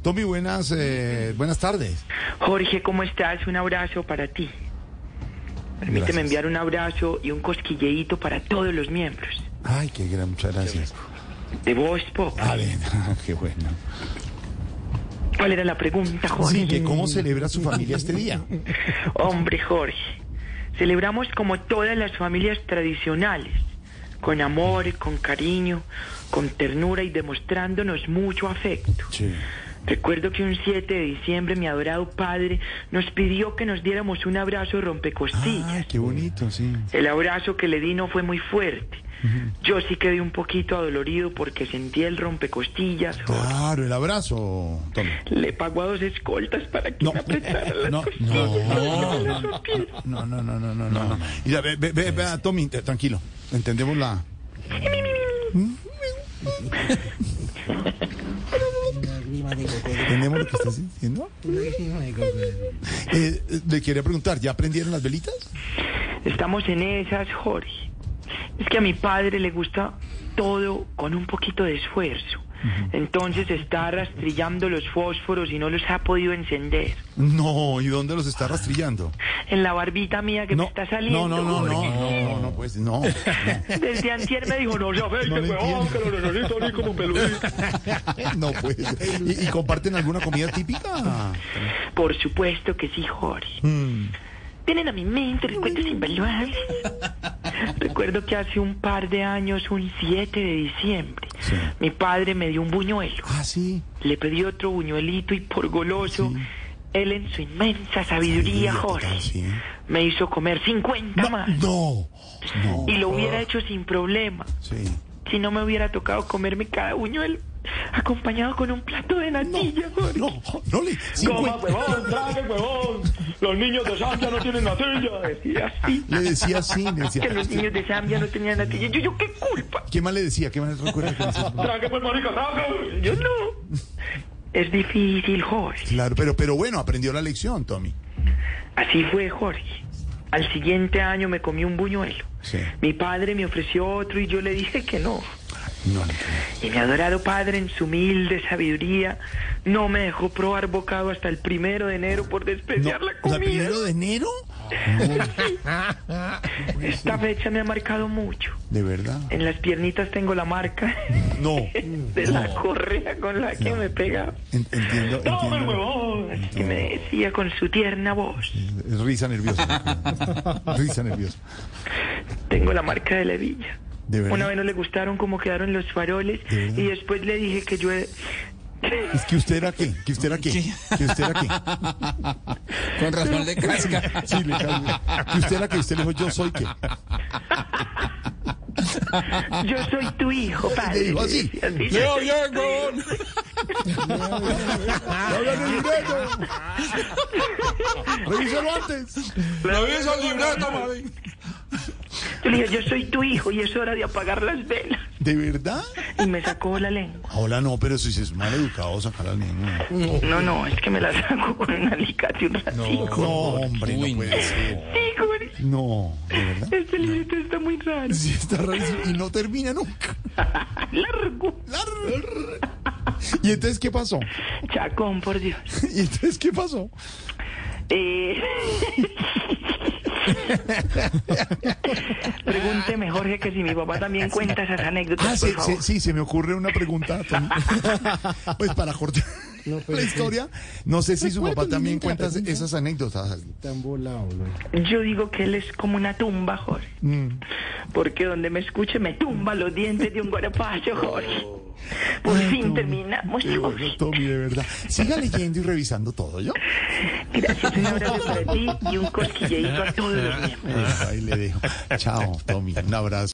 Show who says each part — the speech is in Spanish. Speaker 1: Tommy, buenas, eh, buenas tardes.
Speaker 2: Jorge, ¿cómo estás? Un abrazo para ti. Permíteme
Speaker 1: Gracias.
Speaker 2: enviar un abrazo y un cosquilleíto para todos los miembros
Speaker 1: Ay, qué gran, muchas gracias.
Speaker 2: de Voz Pop.
Speaker 1: A ver, qué bueno.
Speaker 2: ¿Cuál era la pregunta, Jorge?
Speaker 1: Sí, que cómo celebra su familia este día.
Speaker 2: Hombre, Jorge, celebramos como todas las familias tradicionales, con amor, con cariño, con ternura y demostrándonos mucho afecto.
Speaker 1: Sí.
Speaker 2: Recuerdo que un 7 de diciembre mi adorado padre nos pidió que nos diéramos un abrazo rompecostillas.
Speaker 1: Ay, qué bonito, sí.
Speaker 2: El abrazo que le di no fue muy fuerte. Yo sí quedé un poquito adolorido porque sentí el rompecostillas.
Speaker 1: Claro, el abrazo, Tommy.
Speaker 2: Le pagó a dos escoltas para que
Speaker 1: No,
Speaker 2: me apretaran las
Speaker 1: no,
Speaker 2: costillas.
Speaker 1: no, no, no, no, no, no, no, no. Y ya, ve, ve, ve, ve a Tommy, te- tranquilo, entendemos la... ¿Entendemos lo que estás diciendo? Eh, eh, le quería preguntar, ¿ya prendieron las velitas?
Speaker 2: Estamos en esas, Jorge. Es que a mi padre le gusta todo con un poquito de esfuerzo. Entonces está rastrillando los fósforos y no los ha podido encender.
Speaker 1: No, ¿y dónde los está rastrillando?
Speaker 2: En la barbita mía que me
Speaker 1: No,
Speaker 2: está
Speaker 1: no,
Speaker 2: saliendo.
Speaker 1: no, no, no,
Speaker 2: Jorge.
Speaker 1: no, no, no, pues, no.
Speaker 2: Desde antier me dijo, no se afeite,
Speaker 1: No lo
Speaker 2: huevón, que
Speaker 1: entiendo.
Speaker 2: lo necesito ahorita como peludito.
Speaker 1: No, pues. ¿Y, y comparten alguna comida típica?
Speaker 2: Por supuesto que sí, Jorge.
Speaker 1: Mm.
Speaker 2: Tienen a mi mente recuerdos invaluables. Recuerdo que hace un par de años, un 7 de diciembre,
Speaker 1: Sí.
Speaker 2: mi padre me dio un buñuelo.
Speaker 1: Ah, sí.
Speaker 2: Le pedí otro buñuelito y por goloso,
Speaker 1: Sí.
Speaker 2: él en su inmensa
Speaker 1: Sabiduría
Speaker 2: sabiduría, Jorge,
Speaker 1: total, sí.
Speaker 2: me hizo comer 50 más.
Speaker 1: No, Oh. no.
Speaker 2: Y lo hubiera hecho sin problema
Speaker 1: Sí.
Speaker 2: si no me hubiera tocado comerme cada buñuelo acompañado con un plato de natilla, Jorge.
Speaker 1: No, no le. 50.
Speaker 2: Coma, huevón, trague, huevón. Los niños de Zambia no tienen natilla. Decía así.
Speaker 1: Le decía así, le decía.
Speaker 2: Que los niños de Zambia no tenían natilla. Yo, yo, ¿qué culpa?
Speaker 1: ¿Qué más le decía? ¿Qué más recuerda? que le decía?
Speaker 2: Trague, pues, marica, trague. Yo no. Es difícil, Jorge.
Speaker 1: Claro, pero, pero bueno, aprendió la lección, Tommy.
Speaker 2: Así fue, Jorge. Al siguiente año me comí un buñuelo.
Speaker 1: Sí.
Speaker 2: Mi padre me ofreció otro y yo le dije que no.
Speaker 1: No, no.
Speaker 2: Y mi adorado padre, en su humilde sabiduría, no me dejó probar bocado hasta el primero de enero por despreciar la
Speaker 1: O
Speaker 2: comida.
Speaker 1: sea, primero de enero.
Speaker 2: Esta fecha me ha marcado mucho.
Speaker 1: De verdad.
Speaker 2: En las piernitas tengo la marca
Speaker 1: No.
Speaker 2: de la correa con la que me pegaba.
Speaker 1: En- Entiendo.
Speaker 2: ¡Toma el
Speaker 1: entiendo.
Speaker 2: huevón! Así me decía con su tierna voz.
Speaker 1: Es Risa nerviosa. Risa nerviosa.
Speaker 2: Tengo la marca de la hebilla.
Speaker 1: ¿De verdad?
Speaker 2: Una vez no le gustaron cómo quedaron los faroles
Speaker 1: ¿De verdad?
Speaker 2: y después le dije que yo... he-
Speaker 1: Es que usted era qué, que usted era qué, que usted era qué.
Speaker 3: Con razón le casca.
Speaker 1: Sí, le cambio. Que usted era qué, usted le dijo yo soy qué.
Speaker 2: Yo soy tu hijo, padre.
Speaker 1: Le dijo así.
Speaker 2: decía así.
Speaker 3: Yo, yo, con-
Speaker 1: ¡Hablan el libreto! ¡Revísalo antes!
Speaker 3: Revisa el libreto, Mari.
Speaker 2: Yo le dije, yo soy tu hijo y es hora de apagar las velas.
Speaker 1: ¿De verdad?
Speaker 2: Y me sacó la lengua.
Speaker 1: Ahora no, pero si es mal educado sacar al niño.
Speaker 2: No, no, es que me la saco con un alicate un ratito.
Speaker 1: No, hombre,
Speaker 3: Uy,
Speaker 1: no puede
Speaker 3: no.
Speaker 1: ser.
Speaker 2: Sí, Jorge,
Speaker 1: No, de verdad.
Speaker 2: Este librito está muy raro.
Speaker 1: Sí, está rarísimo y no termina nunca.
Speaker 2: Largo.
Speaker 1: Lar- ¿Y entonces qué pasó?
Speaker 2: Chacón, por Dios.
Speaker 1: ¿Y entonces qué pasó?
Speaker 2: Eh... Pregúnteme, Jorge, que si mi papá también cuenta esas anécdotas,
Speaker 1: Ah,
Speaker 2: por
Speaker 1: se- se-
Speaker 2: favor.
Speaker 1: sí, se me ocurre una pregunta. Tony. pues para cortar la historia, no sé si su papá también cuenta esas anécdotas.
Speaker 4: Tan volado, güey.
Speaker 2: Yo digo que él es como una tumba, Jorge. Porque donde me escuche me tumba los dientes de un guarapacho, Jorge. Por fin terminamos,
Speaker 1: Qué bueno,
Speaker 2: Jorge.
Speaker 1: Tommy, de verdad. Siga leyendo y revisando todo, ¿yo?
Speaker 2: Gracias, un abrazo para ti y un cosquilleíto a todos los miembros.
Speaker 1: Ah. Eso, ahí le dejo. Chao, Tommy. Un abrazo.